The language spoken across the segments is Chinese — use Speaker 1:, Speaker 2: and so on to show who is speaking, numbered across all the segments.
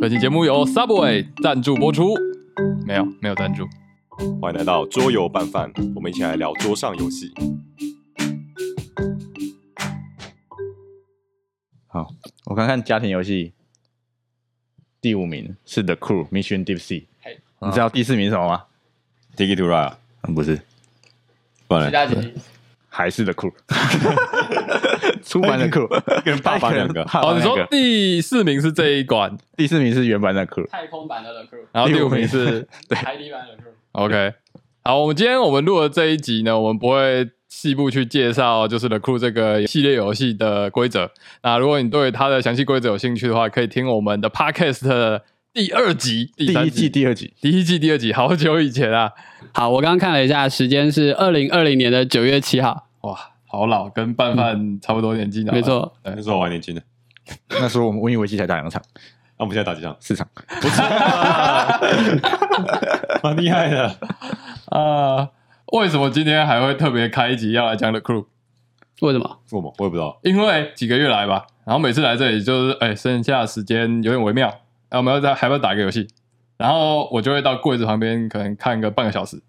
Speaker 1: 本期节目由 Subway 赞助播出，没有没有赞助。
Speaker 2: 欢迎来到桌游拌饭，我们一起来聊桌上游戏。
Speaker 3: 好，我看看家庭游戏第五名是 The Crew Mission Deep Sea，你知道第四名是什么吗？
Speaker 2: Take it to ride，
Speaker 3: 嗯不是，
Speaker 2: 不然
Speaker 4: 其
Speaker 2: 嘞
Speaker 4: 他姐
Speaker 3: 还是 The Crew，出版的 Crew，
Speaker 2: 一人爸爸两 个
Speaker 3: 爸爸
Speaker 1: 哦，你
Speaker 3: 两
Speaker 1: 说
Speaker 3: 个
Speaker 1: 第四名是这一关，
Speaker 3: 第四名是原版的 Crew，
Speaker 4: 太空版的 The Crew，
Speaker 1: 然后第
Speaker 3: 第
Speaker 1: 五
Speaker 3: 五
Speaker 1: 名
Speaker 3: 名
Speaker 1: 是
Speaker 4: 海底版的 The Crew，
Speaker 1: OK。好，我们今天我们录的这一集呢，我们不会细部去介绍就是 The Crew 这个系列游戏的规则。那如果你对它的详细规则有兴趣的话，可以听我们的 Podcast 的第二集、第
Speaker 3: 第
Speaker 1: 三
Speaker 3: 一季
Speaker 1: 集、
Speaker 3: 第二集，
Speaker 1: 第一季、第二集，好久以前啊，
Speaker 4: 好，我刚刚看了一下，时间是二零二零年的九月七号，
Speaker 1: 哇，好老，跟拌饭差不多年纪呢。
Speaker 4: 没，错。
Speaker 2: 那时候我还年轻呢。啊
Speaker 3: 那时候我们瘟疫危机才打两场，
Speaker 2: 那、我们现在打几场？
Speaker 3: 四场，
Speaker 2: 蛮厉害的。
Speaker 1: 啊、为什么今天还会特别开一集要来讲 The Crew？
Speaker 4: 为什么？
Speaker 2: 我吗？我也不知道。
Speaker 1: 因为几个月来吧，然后每次来这里就是哎、剩下的时间有点微妙，然后我们要再还要打一个游戏，然后我就会到柜子旁边可能看个半个小时，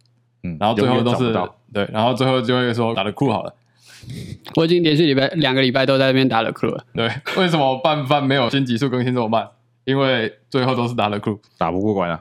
Speaker 3: 嗯，
Speaker 1: 然后最后
Speaker 3: 永远
Speaker 1: 都
Speaker 3: 找不
Speaker 1: 是
Speaker 3: 到
Speaker 1: 对，然后最后就会说打的酷好了。
Speaker 4: 我已经连续礼拜两个礼拜都在那边打 The Crew 了。
Speaker 1: 对，为什么拌饭没有新集数更新这么慢？因为最后都是打了酷，
Speaker 3: 打不过关啊，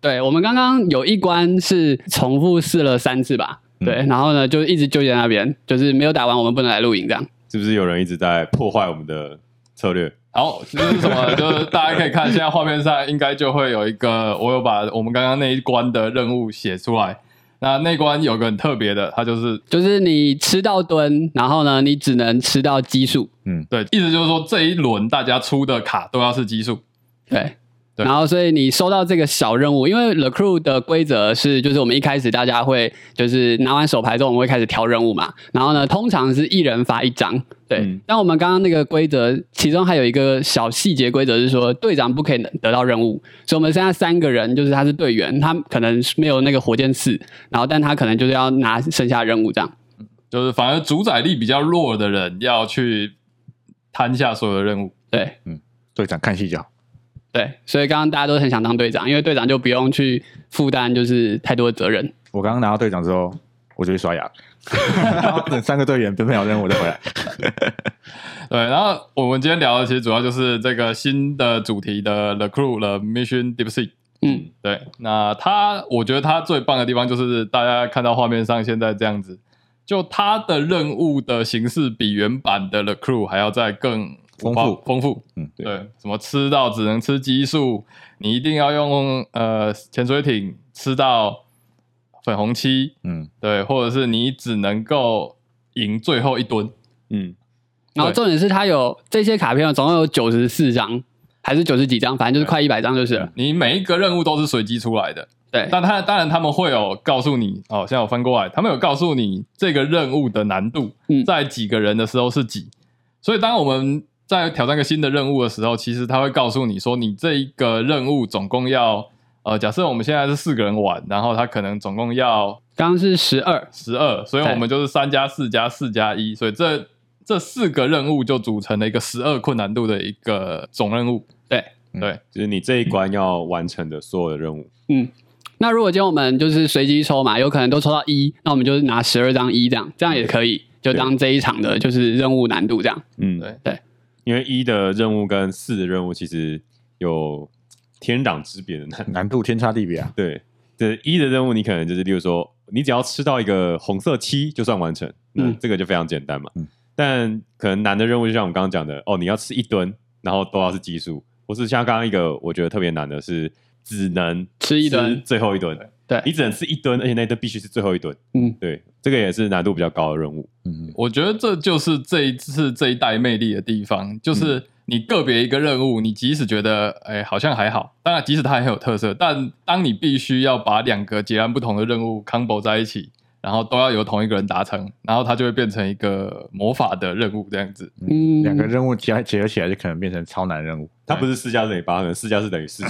Speaker 4: 对我们刚刚有一关是重复试了三次吧？
Speaker 3: 嗯
Speaker 4: 对，然后呢就一直纠结在那边，就是没有打完，我们不能来录影这样。
Speaker 2: 是不是有人一直在破坏我们的策略？
Speaker 1: 然后这是什么？就是大家可以看，现在画面上应该就会有一个，我有把我们刚刚那一关的任务写出来。那那关有个很特别的，它就是
Speaker 4: 就是你吃到蹲，然后呢你只能吃到奇数，
Speaker 1: 对，意思就是说这一轮大家出的卡都要是奇数，
Speaker 4: 对。
Speaker 1: 对
Speaker 4: 然后，所以你收到这个小任务，因为 The Crew 的规则是，就是我们一开始大家会就是拿完手牌之后，我们会开始挑任务嘛。然后呢，通常是一人发一张，对。
Speaker 2: 嗯
Speaker 4: 但我们刚刚那个规则，其中还有一个小细节规则是说，队长不可以得到任务，所以我们剩下三个人，就是他是队员，他可能是没有那个火箭四，然后但他可能就是要拿剩下任务这样。
Speaker 1: 就是反而主宰力比较弱的人要去摊下所有的任务。
Speaker 4: 对
Speaker 3: 队长看戏就好，
Speaker 4: 对，所以刚刚大家都很想当队长，因为队长就不用去负担就是太多的责任。
Speaker 3: 我刚刚拿到队长之后，我就去刷牙， 然后等三个队员分配好任务我再回来，
Speaker 1: 对，然后我们今天聊的其实主要就是这个新的主题的 The Crew 的 Mission Deep Sea。
Speaker 4: 嗯，
Speaker 1: 对，那它我觉得它最棒的地方就是大家看到画面上现在这样子，就它的任务的形式比原版的 The Crew 还要再更
Speaker 3: 丰富
Speaker 1: 丰富。
Speaker 3: 嗯，对，
Speaker 1: 对，什么吃到只能吃激素，你一定要用呃潜水艇吃到粉红漆，
Speaker 3: 嗯，
Speaker 1: 对，或者是你只能够赢最后一吨。
Speaker 2: 嗯，
Speaker 4: 然后
Speaker 1: 对
Speaker 4: 重点是它有这些卡片，总共有九十四张还是九十几张，反正就是快一百张就是了。
Speaker 1: 你每一个任务都是随机出来的，
Speaker 4: 对，
Speaker 1: 但他当然他们会有告诉你哦，现在我翻过来，他们有告诉你这个任务的难度
Speaker 4: 嗯
Speaker 1: 在几个人的时候是几，所以当我们在挑战一个新的任务的时候，其实他会告诉你说，你这一个任务总共要呃，假设我们现在是四个人玩，然后他可能总共要
Speaker 4: 刚刚是十二，
Speaker 1: 十二，所以我们就是三加四加四加一，所以这这四个任务就组成了一个十二困难度的一个总任务。
Speaker 4: 对，
Speaker 2: 就是你这一关要完成的所有的任务，
Speaker 4: 那如果今天我们就是随机抽嘛，有可能都抽到一，那我们就是拿十二张一这样，这样也可以，就当这一场的就是任务难度这样。
Speaker 2: 嗯
Speaker 1: 对
Speaker 4: 对，
Speaker 2: 因为一的任务跟四的任务其实有天壤之别的难。
Speaker 3: 难度天差地别啊，
Speaker 2: 对，这一的任务你可能就是，例如说，你只要吃到一个红色漆就算完成，那
Speaker 4: 嗯
Speaker 2: 这个就非常简单嘛。
Speaker 3: 嗯
Speaker 2: 但可能难的任务，就像我们刚刚讲的，哦，你要吃一吨，然后都要是奇数，或是像刚刚一个我觉得特别难的是，只能
Speaker 4: 吃一吨
Speaker 2: 最后一吨，
Speaker 4: 对
Speaker 2: 你只能吃一吨，而且那一吨必须是最后一吨。
Speaker 4: 嗯，
Speaker 2: 对，这个也是难度比较高的任务。
Speaker 3: 嗯，
Speaker 1: 我觉得这就是这一次这一代魅力的地方，就是你个别一个任务，你即使觉得哎、好像还好，当然即使它很有特色，但当你必须要把两个截然不同的任务 combo 在一起，然后都要由同一个人达成，然后它就会变成一个魔法的任务这样子。
Speaker 4: 嗯，
Speaker 3: 两个任务结结合起来就可能变成超难任务，
Speaker 2: 它不是四加四等于八，可能四加四等于四。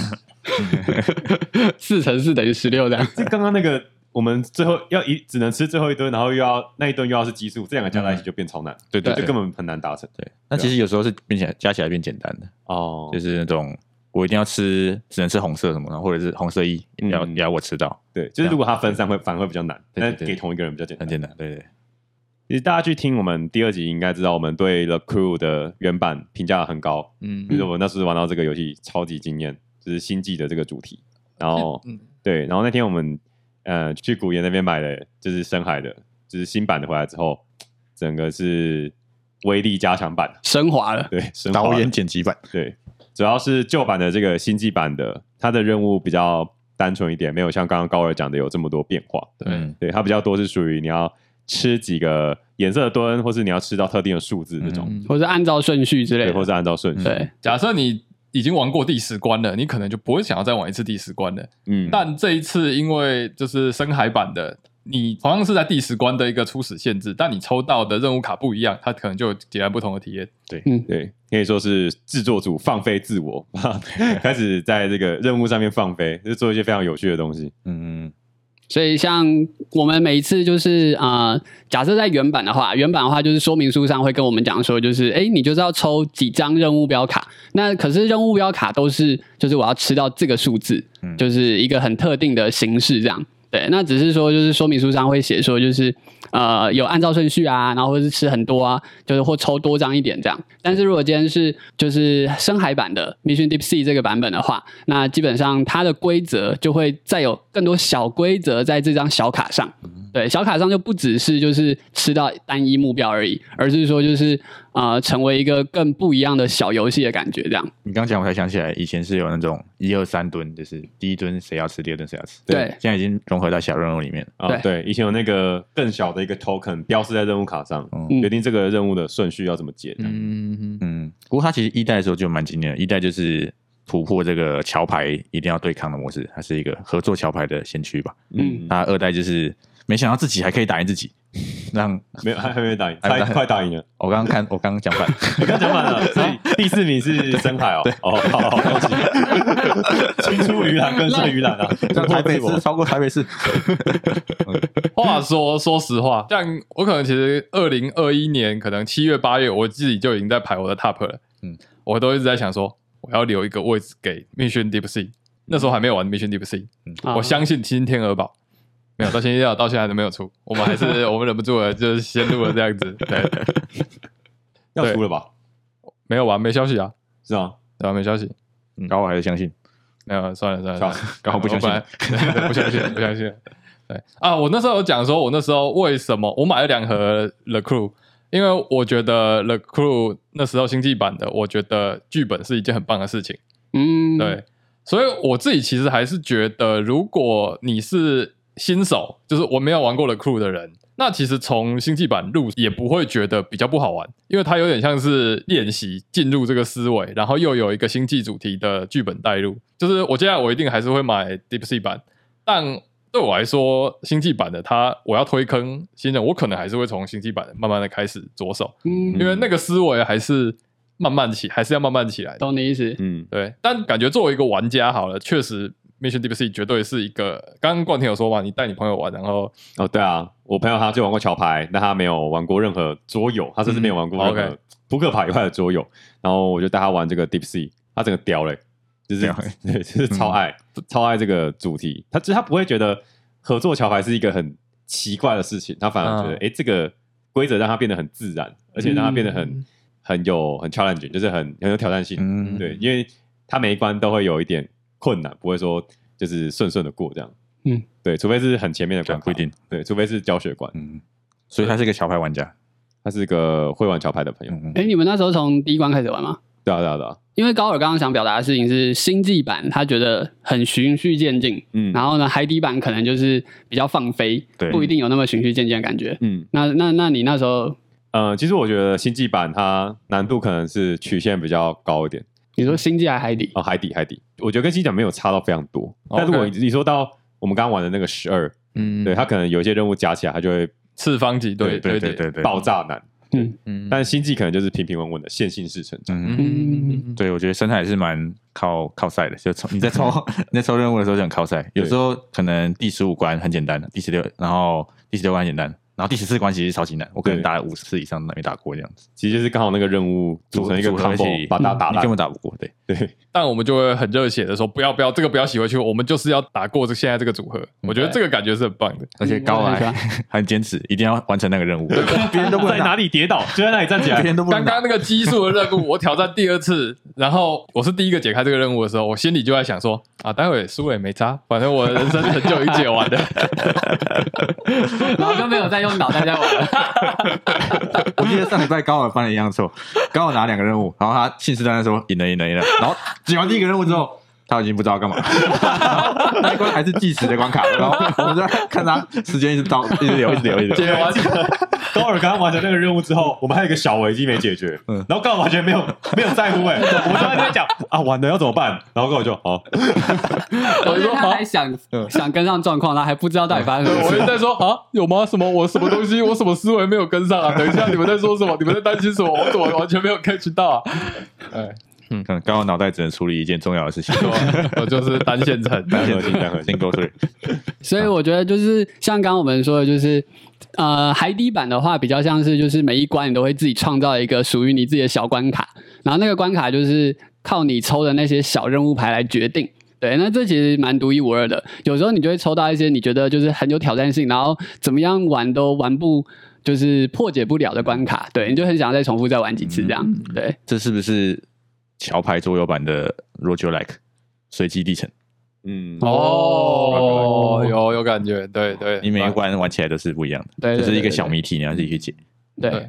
Speaker 4: 四乘四等于十六这样。
Speaker 2: 这刚刚那个，我们最后要一只能吃最后一吨，然后又要那一吨又要是奇数，这两个加在一
Speaker 4: 嗯
Speaker 2: 起就变超难，
Speaker 3: 对
Speaker 2: 就根本很难达成。
Speaker 3: 啊对，那其实有时候是变起来加起来变简单的，
Speaker 2: 哦
Speaker 3: 就，是那种我一定要吃，只能吃红色什么，然后或者是红色一，也要、
Speaker 2: 嗯
Speaker 3: 也要我吃到，
Speaker 2: 对，就是如果它分散会反而会比较难，
Speaker 3: 对
Speaker 2: 但
Speaker 3: 对
Speaker 2: 是
Speaker 3: 对
Speaker 2: 给同一个人比较简单
Speaker 3: 很。简单，对对。
Speaker 2: 其实大家去听我们第二集，应该知道我们对 The Crew 的原版评价很高，就
Speaker 1: 嗯
Speaker 2: 是我那时候玩到这个游戏超级惊艳，就是星际的这个主题。然 后
Speaker 1: 嗯，
Speaker 2: 对，然后那天我们呃去古岩那边买了，就是深海的，就是新版的回来之后，整个是威力加强版，
Speaker 4: 升华了。
Speaker 2: 对，升华了
Speaker 3: 导演剪辑版，
Speaker 2: 对，主要是旧版的这个星际版的，它的任务比较单纯一点，没有像刚刚高尔讲的有这么多变化。
Speaker 3: 嗯
Speaker 1: 对，
Speaker 2: 对，它比较多是属于你要吃几个颜色的蹲，或是你要吃到特定的数字这种，
Speaker 1: 嗯
Speaker 4: 或是按照顺序之类
Speaker 2: 对，或嗯
Speaker 4: 的。
Speaker 2: 是按照顺序。
Speaker 4: 对，
Speaker 1: 假设你已经玩过第十关了，你可能就不会想要再玩一次第十关了。
Speaker 2: 嗯，
Speaker 1: 但这一次因为就是深海版的，你同样是在第十关的一个初始限制，但你抽到的任务卡不一样，它可能就有截然不同的体验。
Speaker 4: 嗯
Speaker 2: 对，可以说是制作组放飞自我， 开始在这个任务上面放飞，就做一些非常有趣的东西。
Speaker 3: 嗯，
Speaker 4: 所以像我们每一次就是呃，假设在原版的话，原版的话就是说明书上会跟我们讲说，就是哎，诶你就是要抽几张任务标卡。那可是任务标卡都是就是我要吃到这个数字，
Speaker 3: 嗯
Speaker 4: 就是一个很特定的形式这样。对，那只是说就是说明书上会写说就是呃有按照顺序啊，然后或是吃很多啊，就是或抽多张一点这样。但是如果今天是就是深海版的 Mission Deep Sea 这个版本的话，那基本上它的规则就会再有更多小规则在这张小卡上。
Speaker 1: 嗯
Speaker 4: 对，小卡上就不只是就是吃到单一目标而已，而是说就是呃成为一个更不一样的小游戏的感觉这样。
Speaker 3: 你刚讲我才想起来，以前是有那种一二三吨，就是第一吨谁要吃，第二吨谁要吃，
Speaker 4: 对
Speaker 3: 现在已经融合到小任务里面
Speaker 2: 啊、
Speaker 3: 了。
Speaker 4: 对
Speaker 2: 对，以前有那个更小的一个 token 标示在任务卡上，
Speaker 3: 嗯
Speaker 2: 决定这个任务的顺序要怎么解。这样
Speaker 1: 嗯，
Speaker 3: 嗯，不过它其实一代的时候就蛮经典的，一代就是突破这个桥牌一定要对抗的模式，它是一个合作桥牌的先驱吧。
Speaker 4: 嗯
Speaker 3: 那二代就是没想到自己还可以打赢自己，让
Speaker 2: 没有，还还没打赢，
Speaker 3: 还没
Speaker 2: 快
Speaker 3: 打
Speaker 2: 快打赢了。
Speaker 3: 我刚刚看我刚刚讲 反，
Speaker 2: 你刚讲反了，所以第四名是深海哦。哦，好，好恭喜！青出于蓝，更胜于蓝啊！
Speaker 3: 像台北
Speaker 2: 我
Speaker 3: 市超过台北市，
Speaker 1: 话说，说实话，像我可能其实二零二一年可能七月八月，我自己就已经在排我的 top 了。嗯
Speaker 3: 嗯，
Speaker 1: 我都一直在想说，我要留一个位置给 Mission Deep Sea。那时候还没有玩 Mission Deep Sea，、
Speaker 4: 啊
Speaker 1: 我相信新天鹅堡。没有，到现在到现在还都没有出，我们还 是我们忍不住了，就是先录了这样子。对，
Speaker 2: 要输了吧？
Speaker 1: 没有玩，没消息啊，
Speaker 2: 是啊，
Speaker 1: 对吧、没消息，
Speaker 3: 嗯然后我还是相信，
Speaker 1: 没有，算了算了算
Speaker 2: 算
Speaker 1: 了
Speaker 2: 了，
Speaker 3: 刚好不相信
Speaker 1: 我本来 对不相信，不相信。对啊，我那时候有讲说，我那时候为什么我买了两盒 The Crew，因为我觉得 The Crew 那时候星际版的，我觉得剧本是一件很棒的事情。
Speaker 4: 嗯，
Speaker 1: 对，所以我自己其实还是觉得，如果你是新手，就是我没有玩过的 crew 的人，那其实从星际版入也不会觉得比较不好玩，因为它有点像是练习进入这个思维，然后又有一个星际主题的剧本带入。就是我接下来我一定还是会买 Deep Sea 版，但对我来说，星际版的它我要推坑新人，我可能还是会从星际版慢慢的开始着手，
Speaker 4: 嗯，
Speaker 1: 因为那个思维还是慢慢起，还是要慢慢起来的。
Speaker 4: 懂你意思。
Speaker 2: 嗯，
Speaker 1: 对，但感觉作为一个玩家好了，确实 Mission Deep Sea 绝对是一个，刚刚冠廷有说嘛，你带你朋友玩，然后
Speaker 2: 哦，对啊，我朋友他就玩过桥牌，但他没有玩过任何桌游，他甚至没有玩
Speaker 1: 嗯
Speaker 2: 过任
Speaker 1: OK
Speaker 2: 何扑克牌以外的桌游。然后我就带他玩这个 Deep Sea，他整个屌嘞，就是
Speaker 3: 屌欸
Speaker 2: 对，就是超爱、超爱这个主题。他就是他不会觉得合作桥牌是一个很奇怪的事情，他反而觉得
Speaker 1: 嗯
Speaker 2: 哎、诶这个规则让他变得很自然，而且让他变得很、
Speaker 1: 嗯
Speaker 2: 很有很 challenge，就是很很有挑战性。
Speaker 3: 嗯，
Speaker 2: 对，因为他每一关都会有一点困难，不会说就是顺顺的过这样。
Speaker 4: 嗯，
Speaker 2: 对，除非是很前面的
Speaker 3: 这
Speaker 2: 关
Speaker 3: 样不一定，
Speaker 2: 对，除非是教学馆，
Speaker 3: 嗯，所以他是一个桥牌玩家，
Speaker 2: 他是个会玩桥牌的朋友。
Speaker 3: 嗯，
Speaker 4: 哎，你们那时候从第一关开始玩吗？
Speaker 2: 对啊，对啊，对啊。
Speaker 4: 因为高尔刚刚想表达的事情是星际版，他觉得很循序渐进，
Speaker 2: 嗯，
Speaker 4: 然
Speaker 2: 后
Speaker 4: 后呢，海底版可能就是比较放飞，
Speaker 3: 对
Speaker 4: 不一定有那么循序渐进的感觉。
Speaker 2: 嗯
Speaker 4: 那那那你那时候，
Speaker 2: 呃，其实我觉得星际版它难度可能是曲线比较高一点
Speaker 4: 你说星际还是海底？
Speaker 2: 啊、海底海底，我觉得跟星际版没有差到非常多。但如果
Speaker 1: OK
Speaker 2: 你你说到我们刚刚玩的那个十二、
Speaker 1: 嗯
Speaker 2: 对，它可能有一些任务加起来，它就会
Speaker 1: 次方级对
Speaker 2: 对
Speaker 1: 对
Speaker 3: 对对，对对，
Speaker 2: 爆炸难。
Speaker 4: 嗯，
Speaker 1: 嗯
Speaker 2: 但星际可能就是平平稳稳的线性式成长。
Speaker 3: 嗯。
Speaker 1: 嗯
Speaker 3: 对，我觉得生态还是蛮靠靠赛的，就抽你在抽 你在抽任务的时候就很靠赛，有时候可能第十五关很简单，第十六，然后第十六关很简单，然后第十四关其实超级难，我可能
Speaker 2: 对
Speaker 3: 打了五次以上都没打过这样子，
Speaker 2: 其实就是刚好那个任务组成一个
Speaker 3: 组合一起嗯
Speaker 2: combo，把它打
Speaker 3: 你根
Speaker 2: 烂。
Speaker 3: 本打不过，对，
Speaker 2: 对，
Speaker 1: 但我们就会很热血的说不要不要，这个不要洗回去，我们就是要打过这现在这个组合。我觉得这个感觉是很棒的。
Speaker 3: 而且高
Speaker 4: 我很喜
Speaker 3: 癌
Speaker 4: 欢
Speaker 3: 很坚持，一定要完成那个任务， 别人都不能
Speaker 2: 在哪
Speaker 3: 拿，
Speaker 2: 里跌倒就在哪里站起
Speaker 3: 别
Speaker 2: 来。
Speaker 3: 人都不能
Speaker 1: 刚
Speaker 3: 拿。
Speaker 1: 刚那个奇数的任务，我挑战第二次，然后我是第一个解开这个任务的时候，我心里就在想说啊，待会输了也没差，反正我的人生成就已经解完了。
Speaker 4: 然后就没有再用脑袋在玩了。
Speaker 3: 我记得上礼拜高尔犯了一样 错，高尔拿两个任务，然后他信誓旦旦说赢了赢了赢了，然后解完第一个任务之后，他已经不知道干 嘛，那一关还是计时的关卡，然后 我就看他时间一直到一直流一直流一直流，
Speaker 1: 解完
Speaker 2: 高尔刚完成那个任务之后，我们还有一个小危机没解决，
Speaker 3: 嗯
Speaker 2: 然后高尔完全没有没有在乎哎、我们刚才在讲啊，完了要怎么办？然后高尔就好，
Speaker 4: 我觉得他还想想跟上状况，他还不知道到底发生什
Speaker 1: 对，
Speaker 4: 么
Speaker 1: 我
Speaker 4: 事
Speaker 1: 就。在说啊，有吗？什么？我什么东西？我什么思维没有跟上 啊？等一下，你们在说什么？你们在担心什么？我怎么完全没有 catch 到啊？ 哎，
Speaker 4: 嗯
Speaker 1: 啊
Speaker 3: 可能嗯高尔脑袋只能处理一件重要的 事情。
Speaker 1: 我我就是单线程。
Speaker 2: 单核心单核心
Speaker 3: Single three，
Speaker 4: 所以我觉得就是像刚刚我们说的，就是呃海底版的话，比较像是就是每一关你都会自己创造一个属于你自己的小关卡，然后那个关卡就是靠你抽的那些小任务牌来决定。对，那这其实蛮独一无二的。有时候你就会抽到一些你觉得就是很有挑战性，然后怎么样玩都玩不就是破解不了的关卡，对，你就很想再重复再玩几次这样。对，
Speaker 3: 这是不是桥牌桌游版的 Roger Like 随机地城？
Speaker 2: 嗯，
Speaker 4: 哦
Speaker 1: 哦，有有感觉，对对，
Speaker 3: 你每一关玩起来都是不一样的，
Speaker 4: 对对对
Speaker 3: 就是一个小谜题，你要自己去解。
Speaker 4: 对
Speaker 1: 对，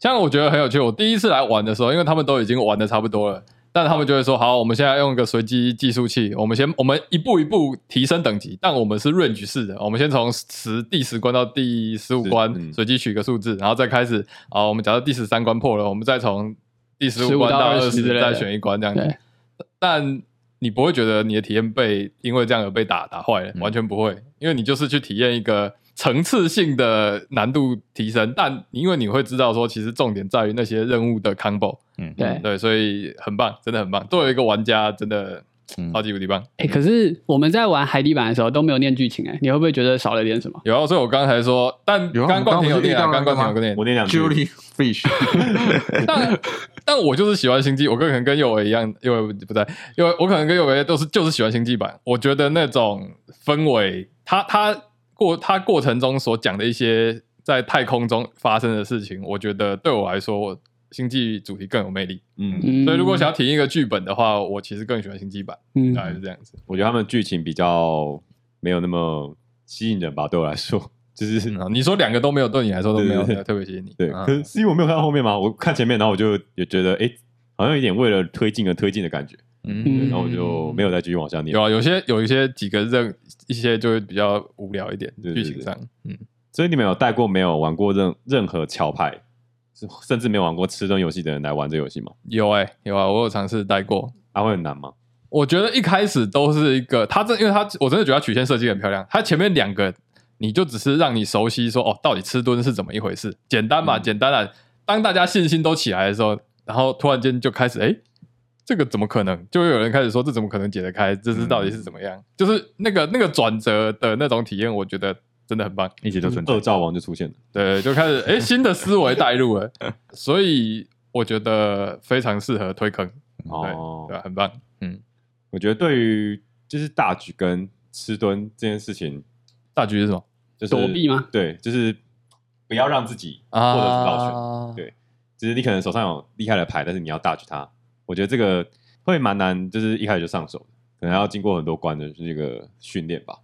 Speaker 1: 像我觉得很有趣。我第一次来玩的时候，因为他们都已经玩的差不多了，但他们就会说：“好，我们现在用一个随机计数器，我们先我们一步一步提升等级，但我们是 range 式的，我们先从十第十关到第十五关
Speaker 2: 是嗯
Speaker 1: 随机取一个数字，然后再开始啊，我们假设第十三关破了，我们再从第十
Speaker 4: 15
Speaker 1: 五关
Speaker 4: 到
Speaker 1: 到二
Speaker 4: 20之类
Speaker 1: 十
Speaker 4: 的
Speaker 1: 再选一关这样子
Speaker 4: 对。
Speaker 1: 但你不会觉得你的体验被因为这样而被打打坏了，
Speaker 4: 嗯
Speaker 1: 完全不会，因为你就是去体验一个层次性的难度提升，但你因为你会知道说，其实重点在于那些任务的 combo，
Speaker 3: 嗯，
Speaker 4: 对
Speaker 1: 对，所以很棒，真的很棒。作为一个玩家，真的
Speaker 3: 嗯
Speaker 1: 超级无敌棒。
Speaker 4: 哎、可是我们在玩海底版的时候都没有念剧情、哎，你会不会觉得少了点什么？
Speaker 1: 有啊，所以我刚才说，但
Speaker 3: 有啊
Speaker 1: 刚冠
Speaker 3: 我
Speaker 1: 廷
Speaker 3: 们刚
Speaker 1: 有
Speaker 3: 不是遇
Speaker 1: 练啊，
Speaker 3: 到
Speaker 1: 刚
Speaker 3: 那个
Speaker 1: 冠廷
Speaker 3: 吗
Speaker 1: 有个练
Speaker 2: 我，那两句
Speaker 3: Julie Fish，
Speaker 1: 但但我就是喜欢星际，我可能跟佑伟一样，因为不对，因为我可能跟佑伟都是就是喜欢星际版。我觉得那种氛围，他他过他过程中所讲的一些在太空中发生的事情，我觉得对我来说，我星际主题更有魅力。
Speaker 2: 嗯，
Speaker 4: 嗯，
Speaker 1: 所以如果想要体验一个剧本的话，我其实更喜欢星际版，
Speaker 4: 嗯
Speaker 1: 大概是这样子。
Speaker 2: 我觉得他们剧情比较没有那么吸引人吧，对我来说，就是
Speaker 1: 嗯你说两个都没有，对你来说都没有
Speaker 2: 对对对
Speaker 1: 特别吸引你。
Speaker 2: 对，
Speaker 1: 嗯
Speaker 2: 可是是因为我没有看到后面嘛，我看前面，然后我就也觉得，哎、好像有点为了推进而推进的感觉，
Speaker 4: 嗯
Speaker 2: 然后我就没有再继续往下念。
Speaker 1: 有啊，有些有一些几个任一些就会比较无聊一点，
Speaker 2: 对
Speaker 1: 剧
Speaker 2: 对
Speaker 1: 情
Speaker 2: 对
Speaker 1: 上，嗯。
Speaker 2: 所以你们有带过没有玩过任任何桥牌，是甚至没有玩过吃灯游戏的人来玩这游戏吗？
Speaker 1: 有哎、有啊，我有尝试带过。
Speaker 2: 啊，会很难吗？
Speaker 1: 我觉得一开始都是一个，它这因为它我真的觉得它曲线设计很漂亮。它前面两个你就只是让你熟悉说哦，到底吃蹲是怎么一回事，简单嘛，简单啊。当大家信心都起来的时候，然后突然间就开始哎，诶这个怎么可能？就会有人开始说这怎么可能解得开？这是到底是怎么样？就是那个那个转折的那种体验，我觉得真的很棒。
Speaker 3: 一直都存在
Speaker 2: 恶。兆王就出现了，
Speaker 1: 对，就开始哎、诶新的思维带入了，所以我觉得非常适合推坑，
Speaker 2: 哦
Speaker 1: 对，吧？很棒。
Speaker 2: 我觉得对于就是大局跟吃蹲这件事情，
Speaker 1: 大局是什么？
Speaker 2: 就是
Speaker 4: 躲避吗？
Speaker 2: 对，就是不要让自己获得主导
Speaker 1: 啊
Speaker 2: 权。啊对就是你可能手上有厉害的牌，但是你要大举它，我觉得这个会蛮难，就是一开始就上手的，可能要经过很多关的这个训练吧。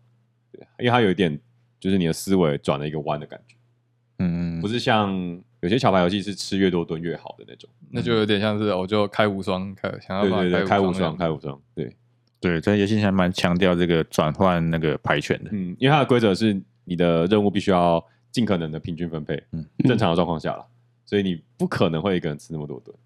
Speaker 2: 对，啊因为它有一点就是你的思维转了一个弯的感觉，
Speaker 3: 嗯，
Speaker 2: 不
Speaker 3: 是，
Speaker 2: 是像有些桥牌游戏是吃越多蹲越好的那种。
Speaker 1: 那就有点像是哦我就开无双，开想要
Speaker 2: 对
Speaker 1: 把
Speaker 2: 对对，开无双，
Speaker 1: 开
Speaker 2: 开无双，对，
Speaker 3: 对，在游戏上蛮强调这个转换那个牌权的。
Speaker 2: 嗯，因为它的规则是你的任务必须要尽可能的平均分配，
Speaker 3: 嗯
Speaker 2: 正常的状况下了，所以你不可能会一个人吃那么多蹲。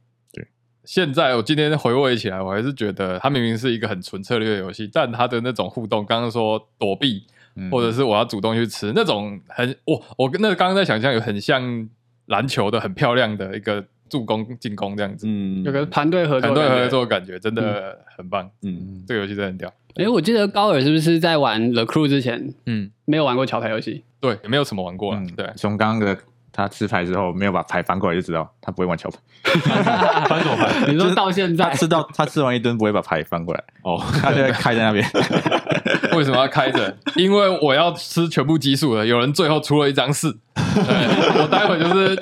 Speaker 1: 现在我今天回味起来，我还是觉得它明明是一个很纯策略的游戏，但它的那种互动，刚刚说躲避，
Speaker 3: 嗯
Speaker 1: 或者是我要主动去吃那种很我我跟那个刚刚在想象有很像篮球的很漂亮的一个助攻进攻这样子，
Speaker 2: 嗯
Speaker 4: 有个团队合作，
Speaker 1: 团队合作的感觉真的很棒，
Speaker 2: 嗯，
Speaker 1: 这个游戏真的很屌。
Speaker 4: 诶。我记得高尔是不是在玩 The Crew 之前
Speaker 1: 嗯，
Speaker 4: 没有玩过桥牌游戏？
Speaker 2: 嗯
Speaker 1: 对，也没有什么玩过了，对
Speaker 3: 嗯从刚刚的他吃牌之后没有把牌翻过来就知道他不会玩桥 牌。
Speaker 2: 翻什么翻？
Speaker 4: 你说到现
Speaker 3: 他
Speaker 4: 在，
Speaker 3: 吃到他吃完一顿不会把牌翻过 来，
Speaker 2: 哦，
Speaker 3: 他就会开在那 边。
Speaker 1: 为什么要开着？因为我要吃全部基数了。有人最后出了一张四，对我待会就是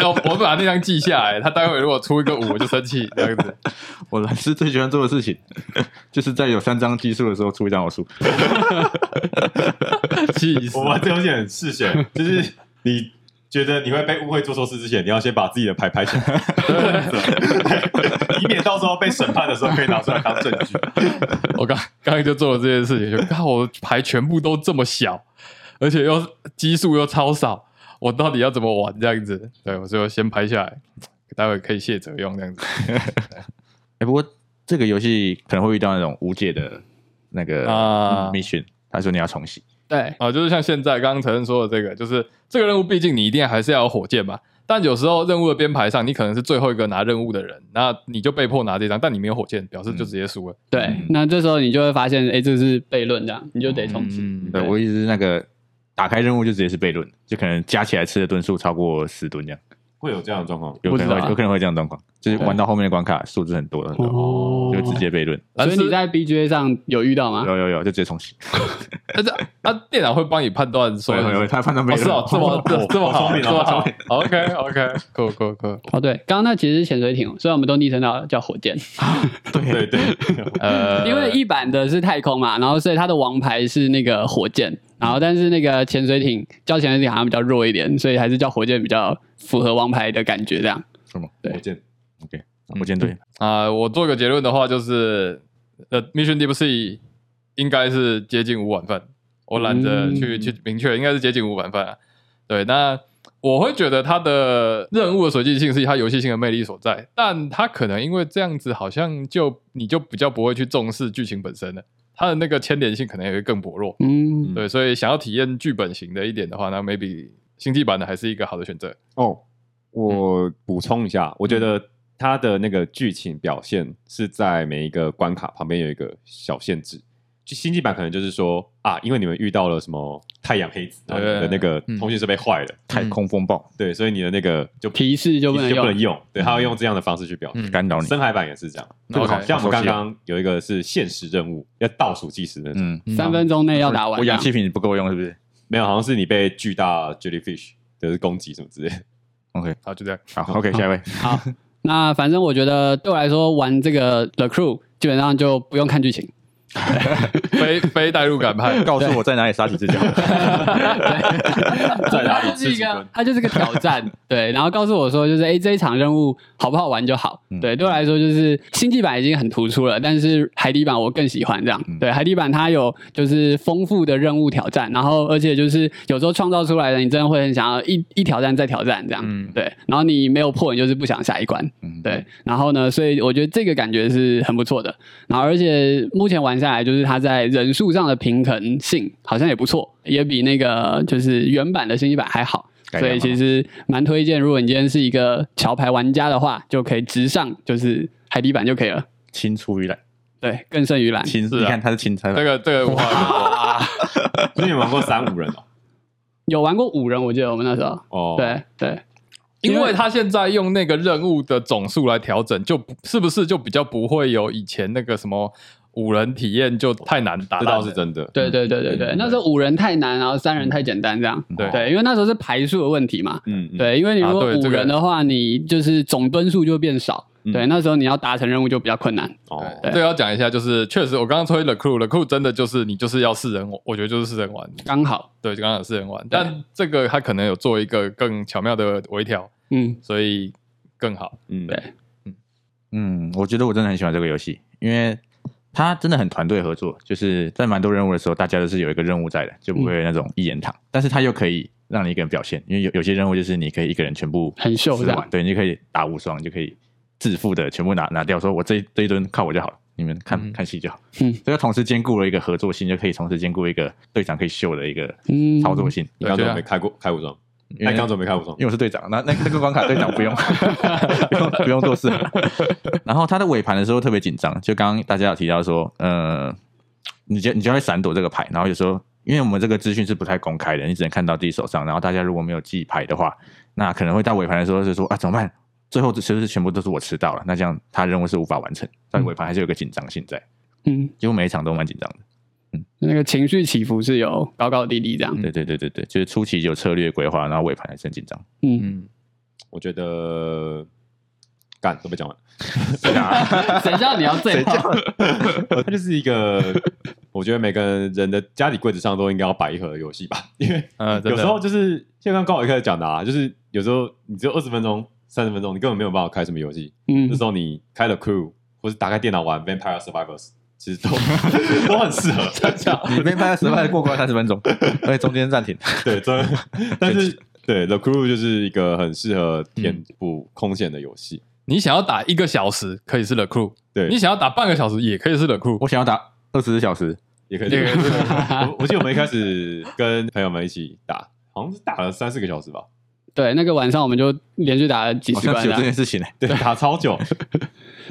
Speaker 1: 要我把那张记下来。他待会如果出一个五，我就生气这样子。
Speaker 3: 我蓝是最喜欢做的事情， 就是在有三张奇数的时候出一张偶数。
Speaker 1: 气死！
Speaker 2: 我玩这游戏很嗜血，就是你觉得你会被误会做错事之前，你要先把自己的牌拍起来，对以免到时候被审判的时候可以拿出来当证据。
Speaker 1: 我刚刚刚就做了这件事情，就看我牌全部都这么小，而且又基数又超少，我到底要怎么玩这样子？对我就先拍下来，待会可以卸责用这样子。
Speaker 3: 哎、不过这个游戏可能会遇到那种无解的那个
Speaker 1: 啊
Speaker 3: mission，、他说你要重洗，
Speaker 4: 对，
Speaker 1: 啊，就是像现在刚刚陈恩说的这个，就是这个任务，毕竟你一定还是要有火箭嘛。但有时候任务的编排上，你可能是最后一个拿任务的人，那你就被迫拿这张，但你没有火箭，表示就直接输了。
Speaker 4: 对，那这时候你就会发现，哎，这是悖论，这样你就得重置。
Speaker 1: 嗯，
Speaker 3: 对我一直是那个打开任务就直接是悖论，就可能加起来吃的吨数超过十吨这样，
Speaker 2: 会有这样的状况，
Speaker 3: 有可
Speaker 4: 不知
Speaker 3: 能
Speaker 4: 道
Speaker 3: 会
Speaker 4: 啊
Speaker 3: 有可能会这样的状况，就是
Speaker 4: 对
Speaker 3: 玩到后面的关卡数字很多了，
Speaker 4: 哦
Speaker 3: 就直接悖论，
Speaker 1: 蓝
Speaker 4: 所以
Speaker 1: 斯
Speaker 4: 你在 BGA 上有遇到吗？
Speaker 3: 有有有就直接重洗，
Speaker 1: 但是啊，电脑会帮你判断所有。
Speaker 3: 他判断
Speaker 1: 哦，
Speaker 3: 悖
Speaker 1: 是
Speaker 3: 论，
Speaker 1: 哦，这 么这这么
Speaker 2: 好
Speaker 1: 好，
Speaker 2: 聪明哦
Speaker 1: 这么好。OK OK，酷酷酷。
Speaker 4: 哦，对，刚刚那其实是潜水艇，所以我们都昵称到叫火箭，
Speaker 2: 对对，
Speaker 1: 呃，
Speaker 4: 因为一版的是太空嘛，然后所以它的王牌是那个火箭，然后但是那个潜水艇叫潜水艇好像比较弱一点，所以还是叫火箭比较符合王牌的感觉这样。
Speaker 3: 什么？
Speaker 4: 对嗯
Speaker 2: 火箭
Speaker 3: ，OK，我舰队，
Speaker 1: 啊、我做个结论的话，就是呃，Mission Deep Sea 应该是接近五碗饭，我懒得去、
Speaker 4: 嗯
Speaker 1: 去明确，应该是接近五碗饭啊。对，那我会觉得它的任务的随机性是它游戏性的魅力所在，但它可能因为这样子，好像就你就比较不会去重视剧情本身了，它的那个牵连性可能也会更薄弱。
Speaker 4: 嗯，
Speaker 1: 对，所以想要体验剧本型的一点的话，那 maybe 星际版的还是一个好的选择。
Speaker 2: 哦。我补充一下，我觉得它的那个剧情表现是在每一个关卡旁边有一个小限制。就星际版可能就是说啊，因为你们遇到了什么太阳黑子，然后你的那个
Speaker 1: 嗯
Speaker 2: 通讯设备坏了，
Speaker 3: 太空风暴
Speaker 2: 对，所以你的那个就
Speaker 4: 提示就不能
Speaker 2: 就不
Speaker 4: 用
Speaker 2: 能。用，对，他要用这样的方式去表达。
Speaker 1: 嗯
Speaker 3: 干扰你，
Speaker 2: 深海版也是这样，
Speaker 1: 这个好
Speaker 2: 像我们
Speaker 3: 好熟
Speaker 2: 刚
Speaker 3: 悉哦
Speaker 2: 刚有一个是限时任务，要倒数计时那种，
Speaker 3: 嗯，
Speaker 4: 三分钟内要打完啊
Speaker 3: 我
Speaker 4: 这
Speaker 3: 氧
Speaker 4: 样。
Speaker 3: 气瓶不够用是不是
Speaker 2: 没有，好像是你被巨大 jellyfish 就是攻击什么之类的。
Speaker 3: ？OK，
Speaker 1: 好，就这样。
Speaker 3: 好，OK，下一位，
Speaker 4: 好，那反正我觉得对我来说玩这个 The Crew 基本上就不用看剧情，
Speaker 1: 非非代入感 派，
Speaker 3: 告诉我在哪里杀几只脚。
Speaker 2: 在哪里
Speaker 4: 它就是一
Speaker 2: 吃几
Speaker 4: 个
Speaker 2: 顿，
Speaker 4: 它就是个挑 战，对。然后告诉我说，就是哎、诶这一场任务好不好玩就好。
Speaker 3: 嗯
Speaker 4: 对，对我来说就是星际版已经很突出了，但是海底版我更喜欢这样。
Speaker 2: 嗯
Speaker 4: 对，海底版它有就是丰富的任务挑战，然后而且就是有时候创造出来的，你真的会很想要一一挑战再挑战这样。
Speaker 1: 嗯
Speaker 4: 对，然后你没有破，你就是不想下一关。
Speaker 3: 嗯
Speaker 4: 对，然后呢，所以我觉得这个感觉是很不错的。然后而且目前玩下来，就是它在人数上的平衡性好像也不错，也比那个就是原版的星际版还好。
Speaker 3: 改
Speaker 4: 所
Speaker 3: 良
Speaker 4: 以
Speaker 3: 了
Speaker 4: 其实蛮推荐，如果你今天是一个桥牌玩家的话，就可以直上就是海底版就可以了。
Speaker 3: 青出于蓝，
Speaker 4: 对，更胜于蓝。
Speaker 3: 青，
Speaker 1: 是啊
Speaker 3: 你看他是青菜
Speaker 1: 这，个这个无话可说。
Speaker 2: 所以你玩过三五人哦？
Speaker 4: 有玩过五人，我记得我们那时候，
Speaker 2: 哦，，
Speaker 4: 对对，
Speaker 1: 因为他现在用那个任务的总数来调整，就不是不是就比较不会有以前那个什么五人体验就太难达
Speaker 2: 这
Speaker 1: 到
Speaker 2: 倒是真的。
Speaker 4: 对对对对对，那时候五人太难，然后三人太简单，这样。
Speaker 1: 对
Speaker 4: 对，因为那时候是排数的问题嘛。
Speaker 2: 嗯，嗯，
Speaker 4: 对，因为你如
Speaker 1: 啊
Speaker 4: 果
Speaker 1: 对这
Speaker 4: 五
Speaker 1: 个
Speaker 4: 人的话，你就是总吨数就会变少。
Speaker 2: 嗯
Speaker 4: 对，那时候你要达成任务就比较困难。
Speaker 2: 哦，
Speaker 1: 对，这个要讲一下，就是确实我刚刚推了 crew，了 crew 真的就是你就是要四人，我我觉得就是四人玩，
Speaker 4: 刚好，
Speaker 1: 对，就刚刚有四人玩，但这个他可能有做一个更巧妙的微调，
Speaker 4: 嗯，
Speaker 1: 所以更好。
Speaker 2: 嗯，
Speaker 4: 对
Speaker 3: 嗯，我觉得我真的很喜欢这个游戏，因为它真的很团队合作，就是在蛮多任务的时候，大家都是有一个任务在的，就不会那种一言堂，但是它又可以让你一个人表现，因为有有些任务就是你可以一个人全部
Speaker 4: 很秀
Speaker 3: 吃
Speaker 4: 这
Speaker 3: 完
Speaker 4: 样，
Speaker 3: 对，你就可以打无双，你就可以自负的全部拿拿掉，说我这一这一吨靠我就好了。你们看、
Speaker 1: 嗯
Speaker 3: 看戏就好，
Speaker 4: 嗯
Speaker 3: 所以它同时兼顾了一个合作性，就可以同时兼顾一个队长可以秀的一个
Speaker 4: 嗯
Speaker 3: 操作性。
Speaker 2: 你刚
Speaker 1: 对
Speaker 2: 准
Speaker 1: 啊
Speaker 2: 备开过开武装，
Speaker 3: 因
Speaker 2: 哎，
Speaker 3: 为
Speaker 2: 刚准备开武装
Speaker 3: 因，为我是队长，那那那个关卡队长不用 不用不用做事。 然后他在尾盘的时候特别紧张，就刚刚大家有提到说，呃，你就你就会闪躲这个牌，然后有时候因为我们这个资讯是不太公开的，你只能看到自己手上，然后大家如果没有记牌的话，那可能会到尾盘的时候就说啊怎么办？最后其实全部都是我吃到了，那这样他任务是无法完成，但尾盘还是有个紧张性在，
Speaker 4: 嗯，
Speaker 3: 几乎每一场都蛮紧张的。
Speaker 4: 那个情绪起伏是有高高低低 这样。
Speaker 3: 对对对对对，就是初期有策略规划，然后尾盘还是很紧张。
Speaker 4: 嗯，
Speaker 1: 嗯，
Speaker 2: 我觉得干都被讲完，
Speaker 4: 谁知道你要最后？
Speaker 2: 它就是一个，我觉得每个人的家里柜子上都应该要摆一盒的游戏吧，因为
Speaker 1: 呃，真
Speaker 2: 有
Speaker 1: 的
Speaker 2: 时候就是就像刚好一开始讲的啊，就是有时候你只有二十分钟、三十分钟，你根本没有办法开什么游戏。
Speaker 4: 嗯
Speaker 2: 这时候你开了 Crew，或是打开电脑玩 Vampire Survivors，其实都 都很适合这
Speaker 1: 哦
Speaker 2: 样。
Speaker 3: 你边拍十分过关三十分 钟，而且中间暂停。
Speaker 2: 对，真的， 但是对 The Crew 就是一个很适合填补空闲的游戏。
Speaker 1: 你想要打一个小时，可以是 The Crew；
Speaker 2: 对，
Speaker 1: 你想要打半个小时，也可以是 The Crew。
Speaker 3: 我想要打二十四小时，
Speaker 2: 也可以。
Speaker 1: 那个
Speaker 2: 我我记得我们一开始跟朋友们一起打，好像是打了三四个小时吧，
Speaker 4: 对，那个晚上我们就连续打了几
Speaker 3: 好
Speaker 4: 十
Speaker 3: 像
Speaker 4: 关
Speaker 3: 只有
Speaker 4: 这
Speaker 3: 这
Speaker 4: 样
Speaker 3: 件事情呢。
Speaker 2: 对，打超久。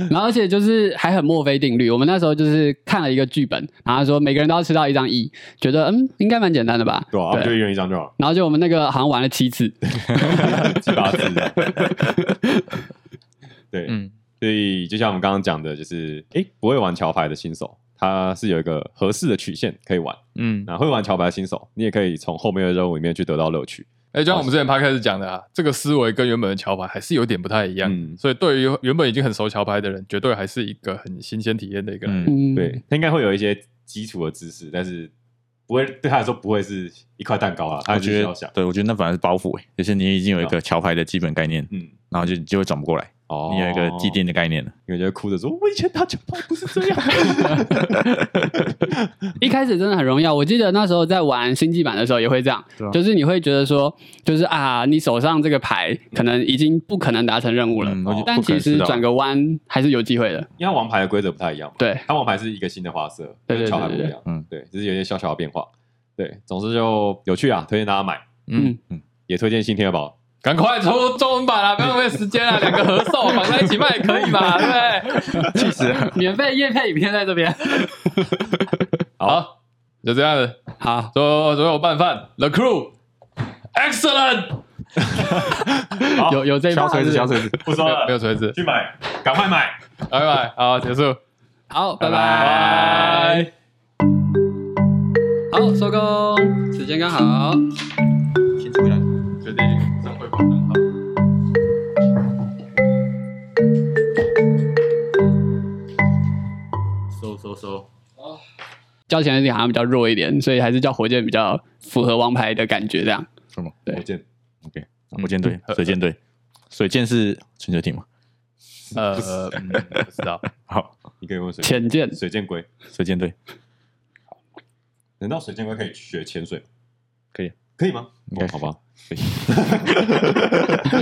Speaker 4: 然后而且就是还很墨菲定律，我们那时候就是看了一个剧本，然后他说每个人都要吃到一张一，觉得嗯应该蛮简单的吧，
Speaker 2: 对啊，我们就一人一张就好，
Speaker 4: 然后就我们那个好像玩了七次，
Speaker 2: 七八次。对，
Speaker 1: 嗯，
Speaker 2: 所以就像我们刚刚讲的，就是诶，不会玩桥牌的新手，他是有一个合适的曲线可以玩。
Speaker 1: 嗯，
Speaker 2: 那会玩桥牌的新手，你也可以从后面的任务里面去得到乐趣。
Speaker 1: 哎，就像我们之前 p 开始讲的啊，这个思维跟原本的桥牌还是有点不太一样，
Speaker 2: 嗯
Speaker 1: 所以对于原本已经很熟桥牌的人，绝对还是一个很新鲜体验的一个。
Speaker 3: 嗯，
Speaker 4: 嗯，
Speaker 2: 对，他应该会有一些基础的知识，但是不会对他来说不会是一块蛋糕啊，他
Speaker 3: 我
Speaker 2: 必须
Speaker 3: 觉
Speaker 2: 要
Speaker 3: 得
Speaker 2: 想，。
Speaker 3: 对我觉得那反而是包袱、欸，就是你已经有一个桥牌的基本概念，
Speaker 2: 嗯，
Speaker 3: 然后就就会转不过来，
Speaker 2: 哦
Speaker 3: 你有一个既，定的概念了。
Speaker 2: 你就会哭着说：“我以前打球牌不是这样。
Speaker 4: 一开始真的很荣耀。我记得那时候在玩星际版的时候也会这样，
Speaker 3: 对啊
Speaker 4: 就是你会觉得说，就是啊，你手上这个牌可能已经不可能达成任务了，
Speaker 3: 嗯我就
Speaker 4: 但
Speaker 3: 不可
Speaker 4: 其
Speaker 3: 能
Speaker 4: 实
Speaker 3: 知道
Speaker 4: 转个弯还是有机会的。”
Speaker 2: 因为它王牌的规则不太一样嘛，
Speaker 4: 对，
Speaker 2: 它王牌是一个新的花色，跟
Speaker 4: 对对
Speaker 2: 桥牌不
Speaker 4: 对
Speaker 2: 一
Speaker 4: 对
Speaker 2: 样，
Speaker 3: 嗯
Speaker 2: 对，只是有些小小的变化。对，总之就有趣啊，推荐大家买，
Speaker 1: 嗯
Speaker 4: 嗯，
Speaker 2: 也推荐新天鹅堡。
Speaker 1: 赶快出中文版啦，啊不要浪
Speaker 4: 嗯
Speaker 1: 费时间啦，两个合售绑在一起卖可以 吧？对不对？
Speaker 3: 气死 了！
Speaker 4: 免费夜配影片在这边。
Speaker 1: 好，就这样子。
Speaker 4: 好，
Speaker 1: 左左右拌饭，The Crew，Excellent，
Speaker 2: 好
Speaker 4: 有有这一
Speaker 3: 小
Speaker 4: 把
Speaker 3: 锤
Speaker 4: 是
Speaker 3: 子，
Speaker 4: 不是
Speaker 3: 小锤子，
Speaker 2: 不说
Speaker 1: 没有
Speaker 2: 了，
Speaker 1: 锤子，
Speaker 2: 去买，赶快买，
Speaker 1: 拜拜，好，结束，
Speaker 4: 好，拜拜。
Speaker 1: 拜。
Speaker 4: 好，收工，时间刚好。
Speaker 3: 先出来。
Speaker 2: 就得上汇报账号。
Speaker 3: 收收收。
Speaker 4: 交钱的点好像比较弱一点，所以还是叫火箭比较符合王牌的感觉。这样，
Speaker 3: 什么？
Speaker 4: 对
Speaker 2: 火箭
Speaker 3: OK，火箭队、水箭队，水箭是全球艇嘛？
Speaker 1: 呃，嗯不知道，
Speaker 3: 好，
Speaker 2: 你可以问水
Speaker 4: 浅见
Speaker 2: 水箭龟，
Speaker 3: 水箭队
Speaker 2: 难道水箭龟可以学潜水吗？
Speaker 3: 可以，
Speaker 2: 可以吗？
Speaker 3: 应该
Speaker 2: 哦好吧，
Speaker 3: 可以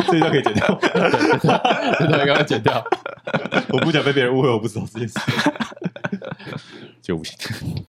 Speaker 2: 这一段可以剪掉。
Speaker 1: 这段刚刚剪掉。
Speaker 2: 我不想被别人误会，我不知道这件事。
Speaker 3: 就不行。